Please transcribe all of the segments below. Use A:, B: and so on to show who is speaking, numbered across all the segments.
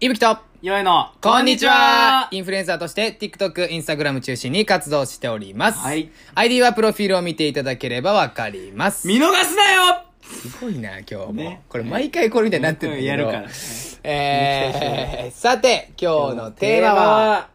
A: いぶきと、
B: よいの、
A: インフルエンサーとして TikTok、Instagram 中心に活動しております。
B: はい。
A: ID はプロフィールを見ていただければわかります。
B: 見逃すなよ
A: すごいな、今日も。
B: ね
A: これ毎回これみたいになってるんだけど。
B: やるから。
A: えー、さて、今日のテーマは、、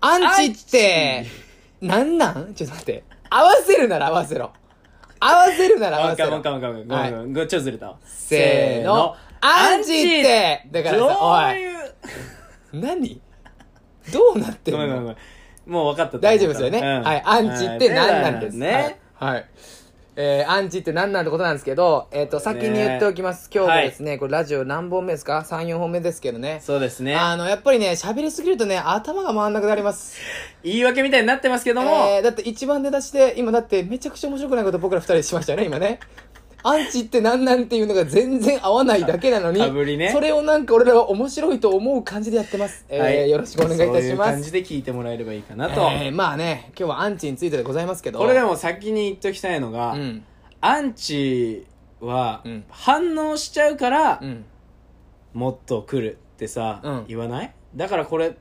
A: アンチって、なんなんちょっと待って。合わせるなら合わせろ。合わせるなら合
B: わ
A: わ
B: ん
A: せ
B: か
A: ろ。
B: んわんかんわんかんごめんごめんごめんごめんちょっとずれたわ。
A: せーの。アンチって、だから
B: ど
A: さ、お
B: う
A: い、
B: いう。
A: 何どうなってん
B: ごめんごめん
A: の
B: ごめん。もう分かったと思う。
A: 大丈夫ですよね、
B: うん
A: はい。アンチって何なんです。
B: ね。
A: はい。はいえー、アンチって何なんてことなんですけど、えっ、と、先に言っておきます。今日もですね、これラジオ何本目ですか ?3、4本目ですけどね。
B: そうですね。
A: あの、やっぱりね、喋りすぎるとね、頭が回んなくなります。
B: 言い訳みたいになってますけど
A: え
B: も、
A: ーだって一番出だしで、今だってめちゃくちゃ面白くないこと僕ら二人しましたよね、今ね。アンチってなんなんっていうのが全然合わないだけなのに、
B: あぶりね
A: それをなんか俺らは面白いと思う感じでやってます。えー
B: はい
A: よろしくお願いいたします。
B: そういう感じで聞いてもらえればいいかなと。
A: えーまあね、今日はアンチについてでございますけど。
B: これでも先に言っときたいの
A: う
B: が、
A: ん。
B: アンチは
A: うん
B: 反応しちゃうから
A: う、ん。
B: もっと来るってさ、
A: うん
B: 言わないだからこれ、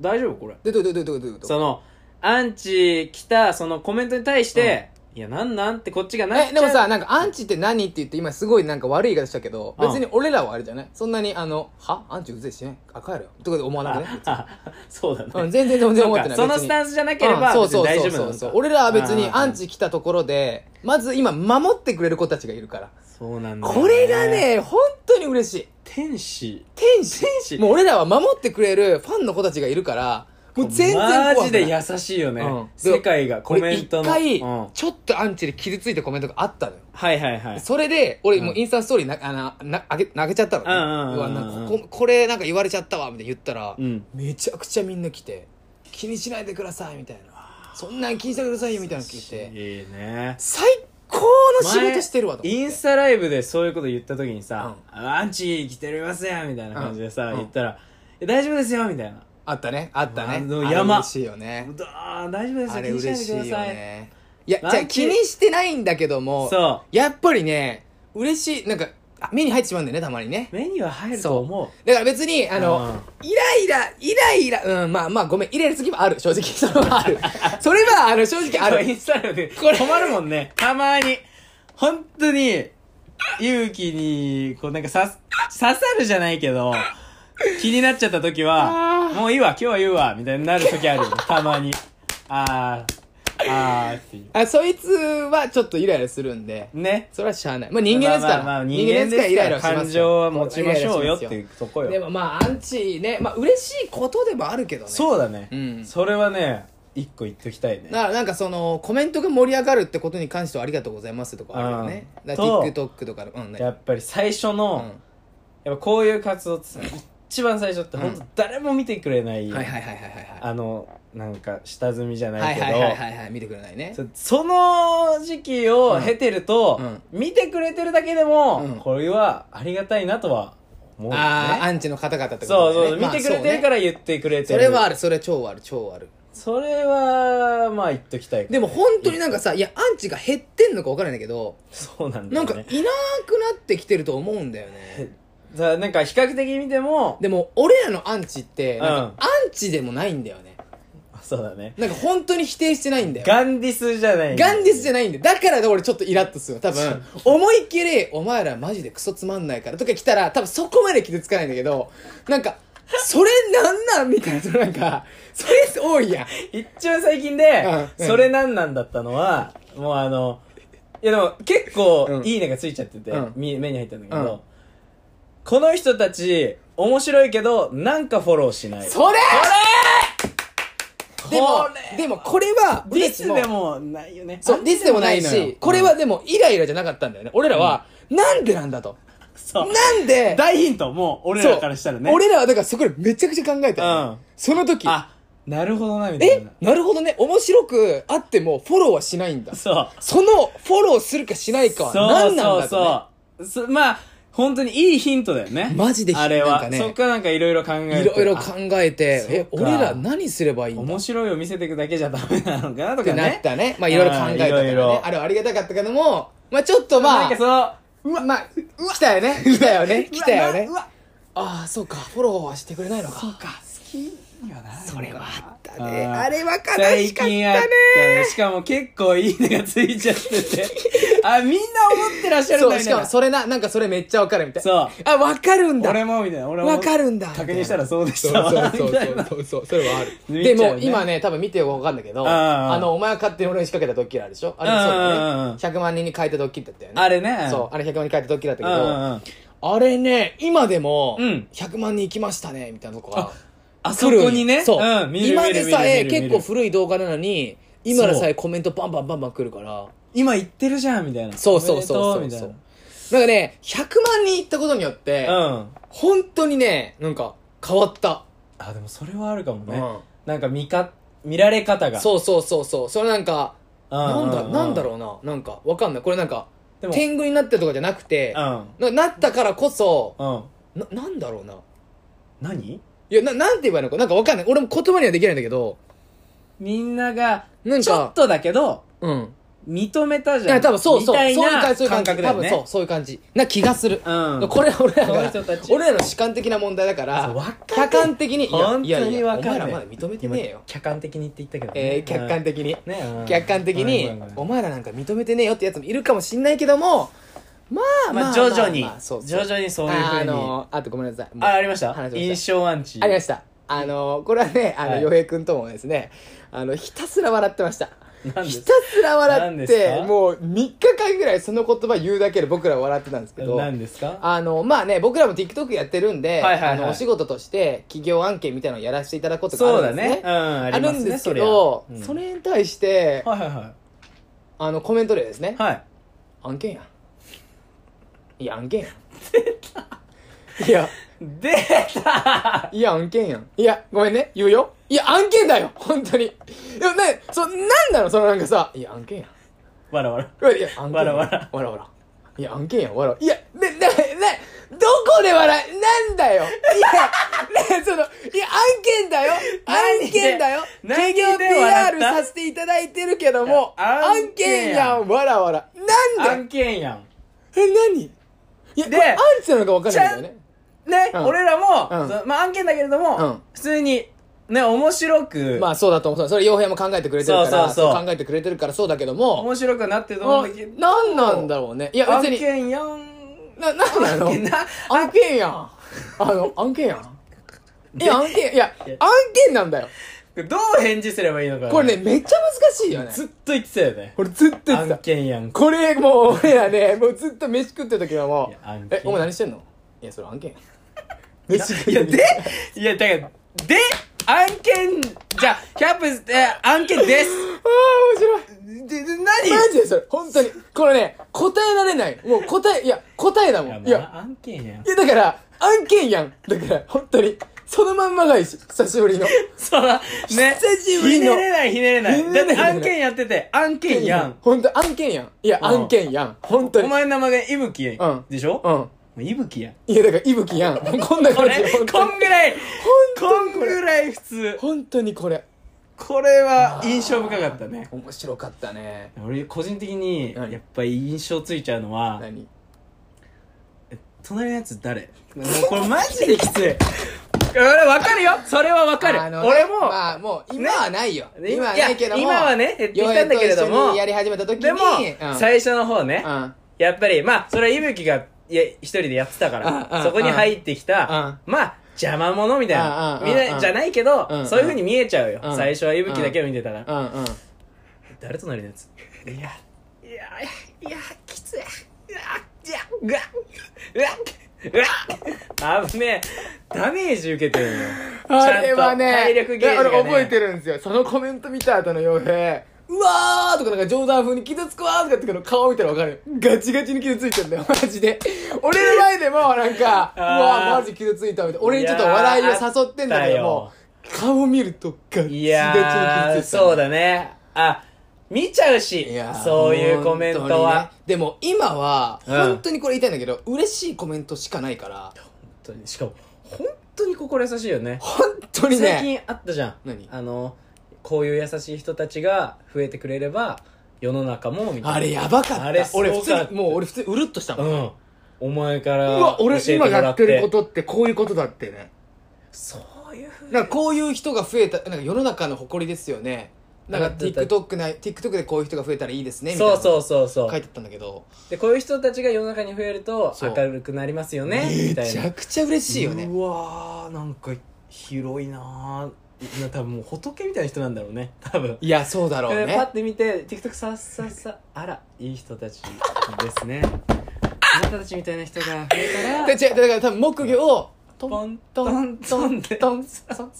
B: 大丈夫これ。
A: で、どういうことどういうことどういうこと
B: その、アンチ来た、そのコメントに対して、いや、なんなんってこっちがなっちゃう
A: え、でもさ、なんか、アンチって何って言って、今すごいなんか悪い言い方したけど、
B: うん
A: 別に俺らはあれじゃないそんなに、あの、はアンチうぜえしね。あ、帰るよ。とかで思わなくね。
B: あそうだね。
A: うん、全然全然思ってない。
B: そうか
A: 別
B: そのス
A: に
B: タンスじゃなければ、
A: うんそうそうそ
B: 別に
A: う
B: 大丈夫
A: そ
B: な
A: うんそう
B: だ。
A: 俺らは別に
B: あー
A: アンチ来たところでまず今守ってくれる子たちがいるから
B: そうなんだよ、
A: これが、ね本当に嬉しい
B: 天使。
A: 天使
B: 天使
A: もう俺らは守ってくれるファンの子たちがいるからもう全然
B: マ
A: 怖
B: ジ
A: くな
B: で
A: い
B: 優しいよね。
A: うん
B: 世界が、
A: こ
B: コ
A: れ
B: メン
A: 一
B: トの。
A: 回
B: うんはい
A: ちょっとアンチで傷ついたコメントがあったのよ
B: はいは い。
A: それで俺
B: うん
A: もうインスタストーリーなあのなあげ投げちゃったのね
B: うんうんうんうん
A: わなんかこここれなんか言われちゃったわみたいな言ったら
B: うん。
A: めちゃくちゃみんな来て気にしないでくださいみたいなそんなん気にしてくださいよみたいなの聞いて
B: いいね。
A: 最高の仕事してるわと思って
B: インスタライブでそういうこと言った時にさ、アンチ来てるますやんみたいな感じでさ、
A: うん
B: 言ったら、え大丈夫ですよみたいな。
A: あったねあったね
B: あの
A: あれ
B: 山
A: 嬉しいよね
B: うわー大丈夫です
A: あれ
B: よ気にし
A: 嬉
B: ないで
A: しい
B: く
A: よ
B: ださい。
A: ねいやじ
B: ラン
A: ゃあ
B: チ
A: 気にしてないんだけども
B: そう。
A: やっぱりね嬉しいなんかあ目に入ってしまうんだよねたまにね
B: 目には入ると思う。
A: だから別にあの、
B: う
A: イライライライラうんまあまあごめんイライラすぎもある正直 それはあるそれはあの正直あ
B: あの、イ
A: る
B: ンスタライブで
A: これ
B: 困るもんね。たまに。本当に、勇気に、こうなんか刺す、刺さるじゃないけど、気になっちゃった時は
A: あ、ー
B: もういいわ、今日は言うわ、みたいになる時あるよね。たまに。あー、あーってい
A: あそいつはちょっとイライラするんで
B: う。ね。
A: それはしゃあないまあ人間ですから、
B: まあまあまあ人間ですから
A: イライラはしますよ
B: 感情は持ちましょうよっ
A: イライラします
B: ていうとこよ。
A: でもまあアンチねまあ嬉しいことでもあるけどね
B: そうだね、
A: うん
B: それはね、一個言っときたいね。
A: だからなんかそのコメントが盛り上がるってことに関してはありがとうございますとかあるよね
B: うん
A: だから TikTok とかのうんね
B: やっぱり最初
A: う
B: の、
A: ん
B: やっぱこういう活動ってさ一番最初って本当誰も見てくれない、
A: はいはいはいはいは
B: あのなんか下積みじゃ
A: い
B: な
A: はいい
B: け
A: はい
B: ど、
A: はいはいはい見てくれないね
B: そその時期を経てると、
A: うん
B: 見てくれてるだけでも、
A: うん
B: これはありがたいなとは思うよね
A: ああアンチの方々ってこと
B: そうそう、
A: だよねまあ
B: 見てくれてるか
A: そうね
B: ら言ってくれて
A: そ
B: る、
A: れはあるそれは超ある超ある
B: それはまあ言っときたい
A: でも本当になんかさいやアンチが減ってんのか分からないんだけど
B: そうなんだ
A: な
B: よ
A: ん
B: ね
A: かいなくなってきてると思うんだよね
B: さあなんか比較的に見ても
A: でも俺らのアンチって
B: うん
A: なんかアンチでもないんだよね
B: そうだね
A: なんか本当に否定してないんだよ
B: ガンディスじゃない
A: ガンディスじゃ
B: ない
A: ないんで、だからで俺ちょっとイラッとするの多分、思いっきり、お前らマジでクソつまんないからとか来たら、多分そこまで傷つかないんだけど、なんか、それなんなんみたいな、そのなんか、それ多いやん。
B: 一番最近で、
A: うん
B: それなんなんだったのは、もうあの、いやでも結構
A: うん
B: いいねがついちゃってて、
A: うん
B: み目に入ったんだけど、
A: うん
B: この人たち面白いけど、なんかフォローしない。
A: それ
B: こ
A: でも、でもこれは、
B: ディスで
A: も、
B: もないよね。
A: そう、ディスでもないし、これは、でもイライラじゃなかったんだよね。俺らは、なんでなんだと。
B: そう。
A: なんで、
B: 大ヒント、もう俺らからしたらね。
A: そう俺らはだからそこでめちゃくちゃ考えたよね、
B: うん
A: その時、
B: あ、なるほどな、みたい
A: え
B: な。
A: なるほどね、面白くあってもフォローはしないんだ。
B: そう。
A: そのフォローするかしないかは何なんだと、ね、
B: そうそうそう。そまあ、本当にいいヒントだよね。
A: マジでヒント
B: あれ
A: なん
B: は。
A: かね
B: そっからなんかいろいろ考えて。
A: いろいろ考えて、え、
B: そっか
A: 俺ら何すればいいんだ
B: 面
A: っ
B: 白いを見せていくだけじゃダメなのかなと
A: て
B: か
A: なっ
B: ね。
A: たね。まあいろいろ考えたから
B: うんい
A: ね
B: ろい。ろ
A: あれはありがたかったけども、まあちょっとま
B: なんかそ
A: あ、
B: の、
A: まあ、来たよね。来たよね。来たよね
B: う。わ、
A: ああそうかフォローはしてくれないの
B: そう
A: か
B: か好きにはならない
A: それはあったね
B: あー
A: あれは悲しかったね
B: 最近あったねしかも結構いいねがついちゃっててあみんな思ってらっしゃるん
A: そ
B: だ
A: うし
B: み
A: た
B: い
A: か
B: な
A: もそれななんかそれめっちゃわかるみたいな
B: そう
A: あわかるんだ
B: 俺もみたいな俺も
A: わかるんだ
B: 確認したらそうでし
A: そう
B: たわ
A: そうそう
B: みたいな
A: そうそうそれはあるで
B: 見ちゃう
A: も
B: ね
A: 今ね多分見てよくわかんだけど
B: ああああ
A: あのお前が勝手に俺に仕掛けたドッキリあるでしょあれもそう
B: うんうん
A: だ
B: うん
A: よね100万人に変えたドッキリだったよね
B: あれね
A: そうあれ100万人に変えたドッキリだっ
B: うんうんう
A: た
B: ん
A: けどあれね今でも
B: うん
A: 100万人行きましたねみたいなとこが
B: あそこにね
A: そう
B: うん見る
A: 今
B: 見る
A: でさえ
B: 見る見
A: 結
B: る
A: 構古い動画なのに今でさえコメントバンバンバンバン来るから
B: 今言ってるじゃんみたいな
A: そうそうそう
B: お
A: そ
B: め
A: う
B: で
A: そ
B: と
A: う
B: み
A: なんかね100万人行ったことによって
B: たいなうん
A: 本当にねなんか変わった
B: あでもそれはあるかもね、
A: うん
B: なんか見か見られ方が
A: そうそうそうそうそれなんか
B: う
A: なんだなんだ
B: う
A: ろうななんかわかんないこれなんか
B: でも
A: 天狗になってとかじゃなくて
B: うん
A: ななったからこそ
B: うん
A: ななんだろうな
B: 何
A: いやななんて言えばいいのかなんかわかんない俺も言葉にはできないんだけど
B: みんなが
A: なん
B: ちょっ
A: か
B: とだけど
A: うん
B: 認めた
A: い
B: じゃ
A: や
B: ん
A: 多分そうそう
B: み
A: そう
B: た
A: い
B: いうな
A: 感じそういう感
B: 感
A: じ
B: 覚だ
A: 多
B: よ
A: 分
B: ね
A: そうそういう感じな気がする
B: うん
A: これは俺ら
B: そういう
A: が
B: 人た ち
A: 俺らの主観的な問題だか
B: そ
A: ら
B: うわかんない
A: 客観的にいや
B: 本当にわかんない
A: いやいやお前らまだ認めてねえよ
B: 客観的にって言ったけどね、
A: えー客観的に
B: うんねうん
A: 客観的に
B: ごめんごめん、ご
A: お
B: めん
A: 前らなんか認めてねえよってやつもいるかもしんないけども、まあ
B: まあ徐々に、
A: まあまあそう
B: 徐々にそういうふう
A: あ
B: に
A: の、あとごめんなさい。もう
B: あありまし
A: 話
B: た
A: しました
B: 印象アンチ
A: ありました。あの、これはね、あ
B: は
A: の、
B: い
A: 洋平くんともですね、あの、ひたすら笑ってました。
B: なんで
A: ひ
B: す
A: たすら
B: 何
A: 笑っ
B: です
A: て
B: か、
A: もう3日間ぐらいその言葉言うだけで僕ら笑ってたんですけど、
B: 何ですか
A: あの、まあね、僕らも TikTok やってるんで、
B: はいはいはい
A: あの、お仕事として企業案件みたいなのをやらせていただくこと
B: そう
A: があるん
B: だ
A: ですね
B: ね。うんあ
A: あ
B: り
A: る
B: ます
A: ん
B: ね
A: ですけど、
B: そりゃうん
A: それに対して、
B: はいはいは
A: あの、コメントでですね、
B: いはい
A: 案件やいや案件やいや
B: で
A: いや案件やんいやごめんね言うよいや案件だよ本当にでもねそなんなのそのなんかさいや案件やん
B: わらわら
A: うわいや案件やん
B: わらわら
A: わらわらいや案件やんわらいやねねねどこで笑いなんだよい やねそのいや案件だよ案件だよ
B: 何で何で笑っ
A: PR
B: た
A: させていただいてるけども
B: いや
A: 案件やんわらわらなんだよ
B: 案件やん
A: え、何いや、で、
B: で
A: アンチなのか分かんないんだよね。
B: ね、
A: うん
B: 俺らも、
A: うん
B: そのまあ案件だけれども、
A: うん
B: 普通にね面白く、
A: まあそうだと思う。それ、洋平も考えてくれてるから、
B: そうそうそう
A: 考えてくれてるからそうだけども、
B: 面白くなってると思うんだけど
A: 何なんだろうね。いや、
B: 案
A: 別に、
B: 件やん
A: な、何なの
B: 案件な
A: 案件やん。あの、案件やん。いや、案件、いや、案件なんだよ。
B: どう返事すればいいのかな
A: これね、めっちゃ難しいよね。
B: ずっと言ってたよね
A: これずっと言って
B: 案
A: た。
B: 件やん
A: これ、もう、俺らね、もうずっと飯食ってる時はも
B: いや案
A: う、
B: 件
A: え、お前何してんのいや、それ案件やん。
B: い
A: 飯食って
B: や
A: る時
B: でいやだからで案件じゃあキャップえー案件です
A: ああ、面白い。
B: でで何
A: マジでそれ、本当に。これね、答えられない。もう答え、いや、答えだもん。いや、
B: な案件やん
A: いやだから、案件やん。だから、本当に。そのまんまがいいし、久しぶりの。
B: そらね
A: 久しぶりの
B: ひねれないひねれな
A: ひ
B: い
A: ね
B: だ
A: れな
B: っ
A: い
B: て案件やってて案件やん
A: 本当案件やん。いや、
B: うん
A: 案件やん。本当に。
B: お前の名前がいぶき
A: ん
B: でしょ
A: う
B: も
A: ん。
B: ういぶきやん
A: いや、だから、いぶきやん。もうこんな
B: こ
A: 感
B: れ
A: じ。本当
B: こ
A: に
B: んぐらいこ
A: 本当に
B: ん
A: こ
B: ぐ
A: れ
B: らい普通
A: 本当にこれ。
B: これは印象深かったね
A: 面白かったね。
B: 俺個人的に
A: 何
B: やっぱり印象ついちゃうのは
A: 何
B: 隣のやつ誰もうこれマジできついいや 俺わかるよそれはわかる
A: あのね
B: 俺も
A: まあ、もう、今はないよ。
B: ね
A: 今はないけども。
B: いや今はね減ってきたんだけれども
A: 洋平と一緒にやり始めた時に。
B: でも
A: うん
B: 最初の方ね
A: うん。
B: やっぱりまあそれはいぶきがいや一人でやってたか
A: うんう
B: ら
A: ん
B: そこに入ってきたまあ邪魔者みたい
A: う
B: な
A: んうん
B: み
A: うんうん
B: んなじゃないけど
A: うんうん
B: そういう風に見えちゃうよ
A: うん
B: 最初はいぶきだけを見てたら
A: うんうん。
B: 誰隣のやついやいやいやきついうわいやうわうわうわ危ねえダメージ受けてるのよ
A: あれはね、
B: ちゃんと体力ゲージがね
A: 俺覚えてるんですよ。そのコメント見た後の傭兵、うわーとかなんか冗談風に傷つくわーとかっての顔見たらわかるよ。ガチガチに傷ついてんだよ、マジで。俺の前でもなんか、うわーマジ傷ついたみたいな。俺にちょっと笑いを誘ってんだけども、顔見るとガチガチに
B: いや
A: 傷
B: ー
A: ついてた。
B: そうだねあ見ちゃうし
A: いやー
B: そういうコメントは
A: 本当にねでも今は、
B: うん
A: 本当にこれ言いたいんだけど、嬉しいコメントしかないから、
B: 本当にしかも本当に心優しいよね
A: 本当に
B: 最
A: ね、
B: 近あったじゃん
A: 何
B: あのこういう優しい人たちが増えてくれれば世の中もみたいな
A: あれやばかった。
B: あれすご
A: 俺
B: かった
A: 普通に、もう俺普通にうるっとしたもん
B: うんお前から
C: うわ、
B: 教
C: 俺
B: えても
C: 今や
B: らっ
C: っててることってこういうことだってね。
A: そういうふうなんかこういう人が増えたなんか世の中の誇りですよねなんか
B: 上がってた
A: TikTok, な TikTok でこういう人が増えたらいいですねみたい
B: そ
A: な
B: うそうそうそ
A: 書いうてあったんだけど
B: でこういう人たちが世の中に増えると
A: そう
B: 明るくなりますよね
A: め
B: みたい
A: ち
B: な
A: ゃくちゃ嬉しいよね
D: うわーなんか広いなーな多分もう仏みたいな人なんだろうね多分
A: いやそうだろ
B: こ
A: う
B: れパッ
A: ね
B: て見て TikTok さっさっさあらいい人たちですねあなたたちみたいな人が増えたら
A: で違うだから多分木魚をト
B: ポ
A: ン
B: ン
A: ト
B: ト
A: ン
B: ン
A: ト
B: ト
A: ン
B: ン
A: ト
B: で
A: ントン
B: ささ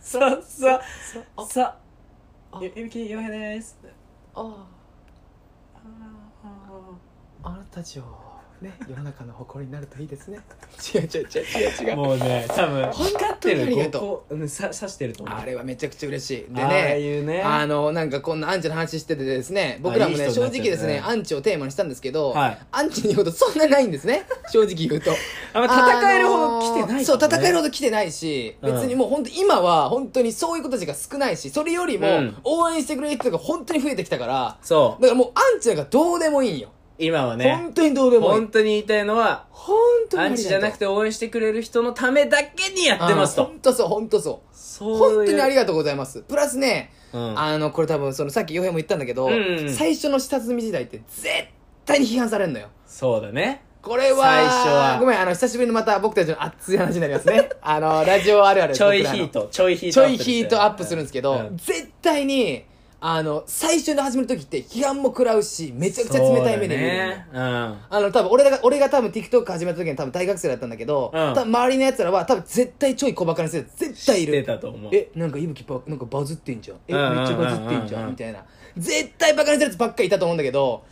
B: さ
A: あ
B: さ
A: あ
B: ゆゆみきようへです
A: あ
B: あー
A: ああなたたちをね世の中の誇りになるといいですね違う違う違う違う違う
D: もうね多分
A: 本当に
B: 光って
A: あ
B: る
A: りがとう
B: こううんさ刺してると思う
A: あれはめちゃくちゃ嬉しいで
B: ああ
A: ね
B: いうね
A: あのなんかこんなアンチの話しててですね僕らも
D: あい
A: ね
D: い人
A: 正
D: になっちゃうね
A: 直ですねアンチをテーマにしたんですけど、
D: はい
A: アンチに言うことそんなないんですね正直言うと
B: あ んま戦えるほど来てない、
A: あのーそう戦えるほど来てないし、
B: うん
A: 別にもう本当今は本当にそういう子たちが少ないしそれよりも
B: うん
A: 応援してくれる人が本当に増えてきたから
B: そう
A: だからもうアンチなんかどうでもいいんよ、
B: 今はね
A: 本当にどうでもいい
B: 本当に言いたいのは
A: 本当に
B: アンチじゃなく
A: て
B: て応援してくれる人のためだけにやってますと
A: 本当そう本当そう
B: そう
A: 本
B: いう
A: 当にありがとうございますプラスね、
B: うん
A: あのこれ多分そのさっき洋平も言ったんだけど、
B: うんうん
A: 最初の下積み時代って絶対に批判されるのよ
B: そうだね
A: これは
B: 最初は
A: ごめんあの久しぶりにまた僕たちの熱い話になります ねあのラジオあるある
B: ちょい
A: 僕ら
B: ヒ
A: の
B: ートちょいヒー
A: ち
B: ト
A: ょ
B: アッ
A: い
B: プして
A: ヒートアップするんですけど、
B: うん
A: 絶対にあの最初に始める時って批判も食らうしめちゃくちゃ冷たい目で見るのよ
B: そうだね
A: あの多分俺が俺が多分 TikTok 始めた時に多分大学生だったんだけど、
B: うん
A: 多分周りのやつらは多分絶対ちょい小バカにする絶
B: うん
A: 対い
B: 出
A: る
B: たと思う
A: えなんかいぶきばなんかバズってんじゃんえ
B: うんうんうんうん
A: めっちゃバズってんじゃんみたいな絶対バカにするやつばっかりいたと思うんだけど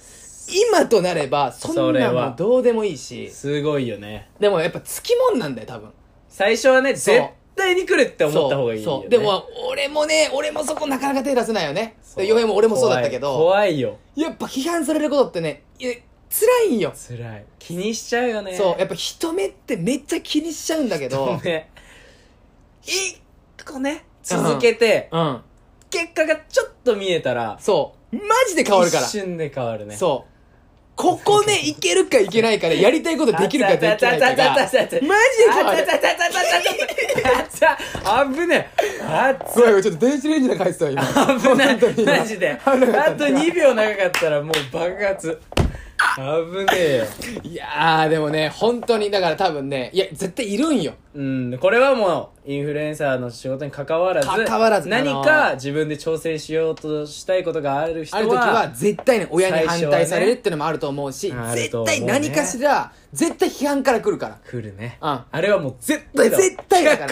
A: 今となればそ
B: そ
A: ん
B: れ
A: なの
B: は
A: どうでもいいし
B: すごいよね
A: でもやっぱつきもんなんだよ多分
B: 最初はね
A: そう
B: 絶対に来るって思った方がいいよ、ね、
A: そうそうでも俺もね俺もそこなかなか手出せないよねで嫁も俺もそうだったけ
B: 怖い
A: ど
B: 怖いよ
A: やっぱ批判されることってねいや辛いんよ
B: 辛い気にしちゃうよね
A: そうやっぱ人目ってめっちゃ気にしちゃうんだけど
B: ね一個ね続けて、
A: うん
B: 結果がちょっと見えたら
A: そうマジで変わるから
B: 一瞬で変わるね
A: そうここね、いけるかいけないかで、やりたいことできるかできないかが、マジで
B: あちゃちゃちゃちゃちゃちゃ
A: 変わる。
B: あちゃあぶねあ
A: すごい、ちょっと電子レンジで返すわ、今。
B: 危ない
A: 本当に今
B: マジであと2秒長かったらもう爆発危ねえよ
A: いやー、でもね、本当に、だから多分ね、いや、絶対いるんよ。
B: うんこれはもうインフルエンサーの仕事に関わらず
A: 関わらず
B: 何か自分で調整しようとしたいことがある人
A: あ
B: は
A: る時は、絶対に親に反
B: 最初は
A: 対
B: ね
A: されるっていうのもあると思うし、
B: あると
A: 絶
B: 思うね
A: 対何かしら、絶対批判から来るから。
B: 来るね
A: うん
B: あれはもう絶対だ
A: 絶対だから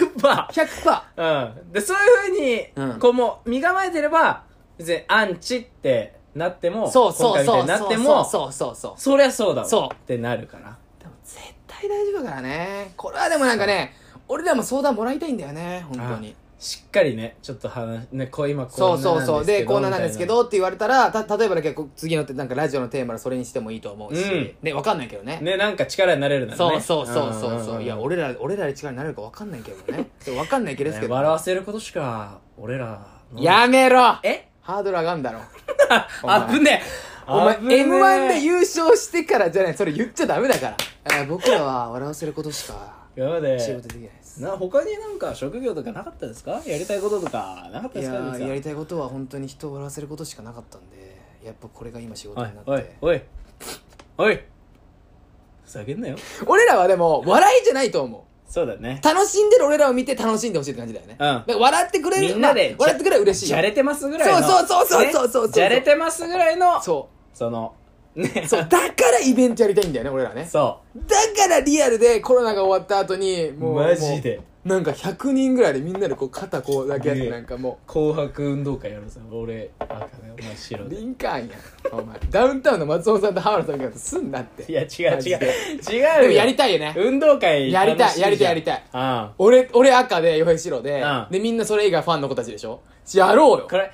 B: 100%
A: 100%。
B: うん、でそういうふう
A: うん
B: にこうもう身構えてれば別にアンチってなっても
A: そうそうそう。
B: 今回みたいになっても
A: そうそうそう。
B: そりゃそうだわ
A: そう
B: ってなるから
A: でも絶対大丈夫だからね。これはでもなんかね、俺らも相談もらいたいんだよね、本当に。
B: しっかりねちょっと話ねこう今
A: そ
B: こ
A: うん
B: な
A: そうそう。で、コーナーなんですけ
B: み
A: どって言われたら、た、例えばだけど、次のって、なんかラジオのテーマのそれにしてもいいと思うし、
B: うん
A: ね、わかんないけどね。
B: たいなねなんか力になれるなら
A: そ
B: ね
A: うそうそうそうそう。
B: ん
A: いや、俺ら、俺らで力になれるかわかんないけどね。そうわかんないけどですけ
B: ね
A: ど。
B: 笑わせることしか俺らの
A: やめろ
B: え
A: ハードル上がんだろ。
B: あぶね
A: お前、
B: 危ねえ
A: M1 で優勝してからじゃない、それ言っちゃダメだから。えー僕らは笑わせることしか、
B: 今ま
A: 仕事で
B: で
A: きないです。
B: な他になんか職業とかなかったですかやりたいこととかなかった
A: い
B: です
A: や
B: か
A: ー、や
B: 皆
A: りたいことは本当に人を笑わせることしかなかったんで、やっぱこれが今仕事
B: さ
A: になっ
B: ん
A: て。
B: おいおいおいおいふざけんなよ
A: 俺らはでも、笑いじゃないと思う。
B: そうだね。
A: 楽しんでる俺らを見て楽しんでほしいって感じだよね。
B: うん
A: だから笑ってくれる、
B: みんなで
A: まあ笑ってくれる嬉しい
B: じ
A: よ。
B: ゃれてますぐらいの。
A: そうそうそうそうそうそうそう
B: ねじゃれてますぐらいの、そ
A: そ
B: の、ね
A: う。。そう。だからイベントやりたいんだよね、俺らね。
B: そ
A: だからリアルでコロナが終わった後に、
B: う。
A: もう。
B: マジで
A: も。う。なんか100人ぐらいでみんなでこう肩こうだけやって、
B: ね
A: なんかも
B: 紅白運動会やろうぜ。俺、赤ね、お前白
A: う、
B: で。
A: リンカーンやん。お前、ダウンタウンの松本さんと浜田さんみたいなことすんなっ
B: い
A: て。
B: や、違う
A: マジ
B: 違う。
A: で
B: 違う
A: でもやり
B: い。
A: たいよね。
B: 運動会
A: やりたいやりたいやりたい
B: あ
A: 俺、俺赤で、ヨヘシロで
B: うん、
A: で、みんなそれ以外ファンの子たちでしょやろうよ
B: こ。れ、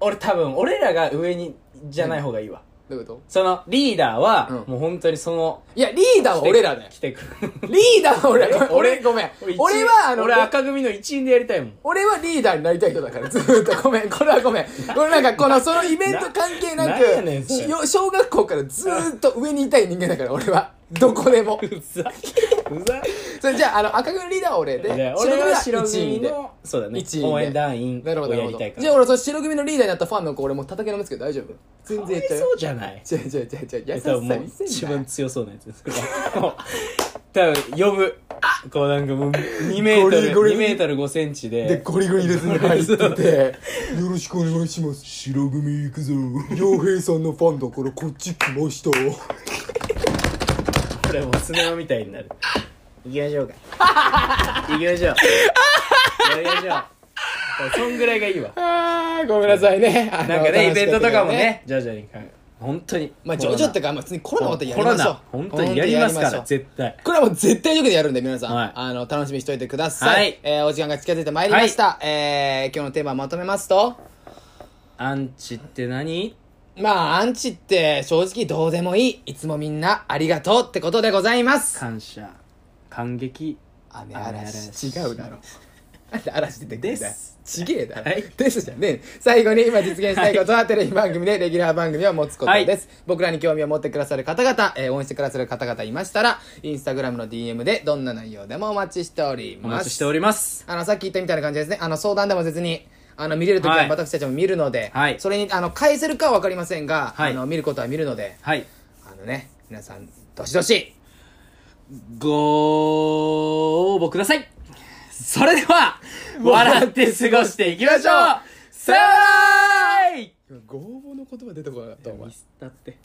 B: 俺多分、俺らが上に、じゃない方がいいわ。
A: どういうこと
B: そのリーダーは、
A: うん
B: もう本当にその
A: いや、リーダーは俺らだよ
B: 来。てくる
A: リーダーは 俺ら。ごめん俺、ごめん。
B: 一
A: 俺は、あの、
B: 俺赤組の一員でやりたいもん
A: 俺はリーダーになりたい人だから、ずーっと。ごめん、これはごめん。俺なんか、この、そのイベント関係な
B: な
A: く
B: なんやねんそれ
A: よ小学校からずーっと上にいたい人間だから、俺は。どこでも。
B: うざうざ
A: それじゃあ、あの、赤軍リーダーは俺で、
B: で俺は白
A: 一
B: 組
A: 員で。
B: のそうだね
A: 一員で
B: 応援団員
A: なるほ
B: を
A: ど、な
B: や
A: る
B: り
A: ほ
B: たい
A: ど。
B: から
A: じゃあ、俺、その白組のリーダーになったファンの子、俺もう叩きのめすけど大丈夫全然やっちゃう
B: そ
A: よ。
B: うじゃない
A: 違う違う違う違う。優し
B: 多
A: さ
B: 分もう
A: 見せんな
B: 一番強そうなやつですもう 多分呼ぶこうなんかもう2メート
A: ゴ
B: ル
A: リゴリ
B: 2メートル5センチ
A: で、
B: で
A: ゴリゴリですね、入ってて、よろしくお願いします。白組行くぞ。洋平さんのファンだからこっち来ました。
B: これもうスネ夫みたいになる行きましょうか行きましょう行きましょうそんぐらいがいいわ
A: あー、ごめんなさいね。あの
B: なんかねイベントとか
A: 楽しったけど
B: も。ね徐々に考え本当に
A: まあ、ジョジョってか、まあ、普通にコロナまたや
B: コ
A: り
B: ロ
A: ましょ
B: ナ
A: う。
B: 本当にやります
A: 本当にやり
B: から
A: ましょう
B: 絶対
A: これはもう絶対力でやるんで、皆さん。
B: はい
A: あの、楽しみにしておいてください。
B: はい
A: えーお時間が近づいてまいりました。えー、今日のテーマまとめますと、
B: アンチって何
A: まあ、アンチって正直どうでもいい。いつもみんなありがとうってことでございます。
B: 感謝感激
A: 雨
B: 嵐
A: 嵐。違うだろ。 なんで嵐出てくるんだよ
B: です
A: ちげえだろ、
B: はい
A: ですじゃねえ最後に今実現したいことは、テレビ番組でレギュラー番組を持つことです、僕らに興味を持ってくださる方々、えー応援してくださる方々いましたらインスタグラムの DM でどんな内容でもお待ちしており
B: お
A: ます
B: 待ちしております
A: あのさっき言ったみたいな感じですねあの相談でも別にあの見れる時
B: は
A: はい私たちも見るので、
B: はい
A: それにあの返せるかは分かりませんが、
B: はい
A: あの見ることは見るので
B: はい
A: あのね皆さんどしどし
B: ご応募くださいそれでは笑って過ごしていきましょうさよなら
A: ご応募の言葉出てこなかったお
B: ミスったって